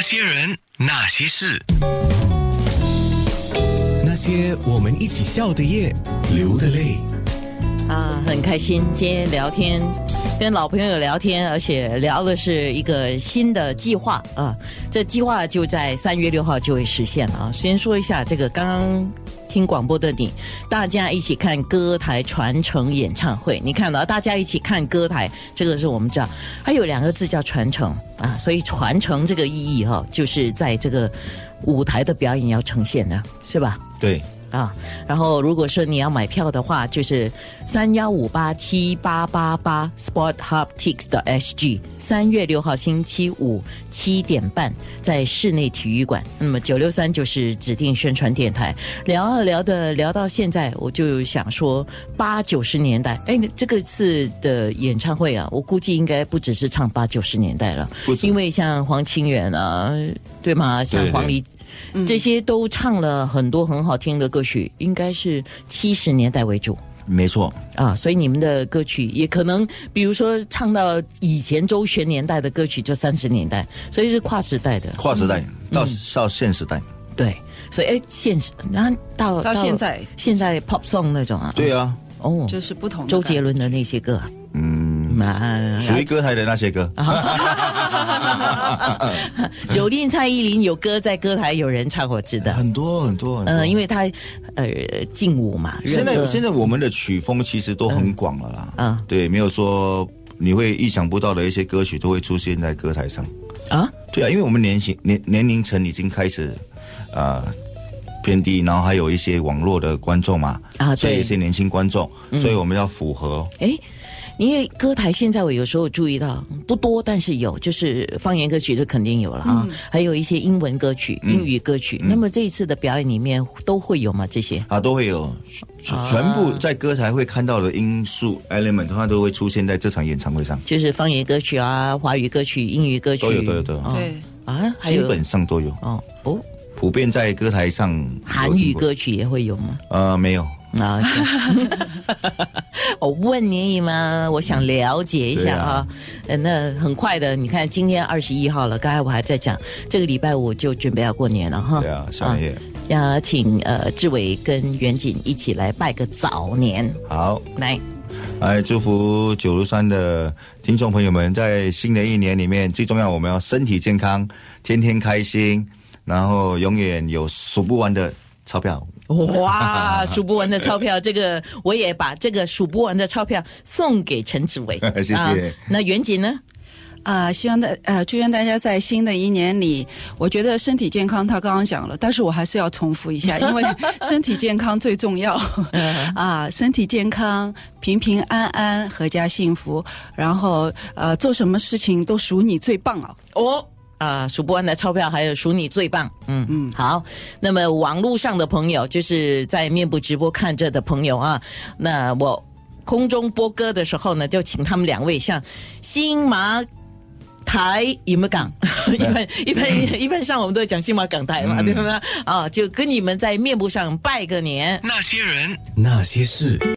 些人，那些事，那些我们一起笑的夜，流的泪。啊，很开心，今天聊天，呃跟老朋友聊天，而且聊的是一个新的计划啊。这计划就在三月六号就会实现了啊。先说一下这个，刚刚听广播的你，大家一起看歌台传承演唱会，你看到大家一起看歌台，这个是我们知道，还有两个字叫传承啊，所以传承这个意义哈、就是在这个舞台的表演要呈现的，是吧？对，啊，然后如果是你要买票的话，就是三幺五八七八八八 Sport Hub Tix 的 SG，三月六号星期五七点半在室内体育馆。那么九六三就是指定宣传电台。聊啊聊的聊到现在，我就想说八九十年代，哎，你这个次的演唱会啊，我估计应该不只是唱八九十年代了不，止因为像黄清源啊，对吗？像对对黄黎这些都唱了很多很好听的歌曲，应该是七十年代为主没错，啊，所以你们的歌曲也可能，比如说唱到以前周璇年代的歌曲，就三十年代，所以是跨时代的，跨时代、嗯到到现时代。对，所以哎，现实，然后到到现在现在 pop song 那种啊，对啊，哦，就是不同的周感觉杰伦的那些歌，嗯啊，属于歌台的那些歌，有令蔡依林有歌在歌台有人唱，我知道，哎很多很多很多。嗯、因为她呃劲舞嘛，现在热歌现在我们的曲风其实都很广了啦。嗯啊对，没有说你会意想不到的一些歌曲都会出现在歌台上。啊。对啊，因为我们年型年年龄层已经开始，呃，偏低，然后还有一些网络的观众嘛，啊所以对嗯一些年轻观众，所以我们要符合。哎，因为歌台现在我有时候注意到不多，但是有，就是方言歌曲这肯定有了嗯啊，还有一些英文歌曲、英语歌曲。那么这一次的表演里面都会有吗？这些？啊，都会有，全啊全部在歌台会看到的因素 element，它都会出现在这场演唱会上，就是方言歌曲啊，华语歌曲、英语歌曲都有都有都有哦对啊，还基有本上都有，哦哦，普遍在歌台上。韩语？歌曲也会有吗？呃，没有，啊， 我问你嘛，我想了解一下啊。呃那很快的，你看今天二十一号了，刚才我还在讲，这个礼拜五就准备要过年了哈。对啊，小叶，要请呃志伟跟远景一起来拜个早年，好，来来祝福九如山的听众朋友们，在新的一年里面，最重要我们要身体健康，天天开心，然后永远有数不完的钞票。哇，数不完的钞票，这个我也把这个数不完的钞票送给陈志伟 ，啊谢谢那远景呢？啊、希望大呃，祝愿大家在新的一年里，我觉得身体健康。他刚刚讲了，但是我还是要重复一 下，因为身体健康最重要啊，身体健康，平平安安，阖家幸福。然后呃，做什么事情都数你最棒哦。哦。啊，数不完的钞票，还有数你最棒，嗯嗯，好。那么网络上的朋友，就是在面部直播看着的朋友啊，那我空中播歌的时候呢，就请他们两位像新马台有没有港？ 一般一般一般上我们都会讲新马港台嘛，对吗？啊，就跟你们在面部上拜个年。那些人。那些事。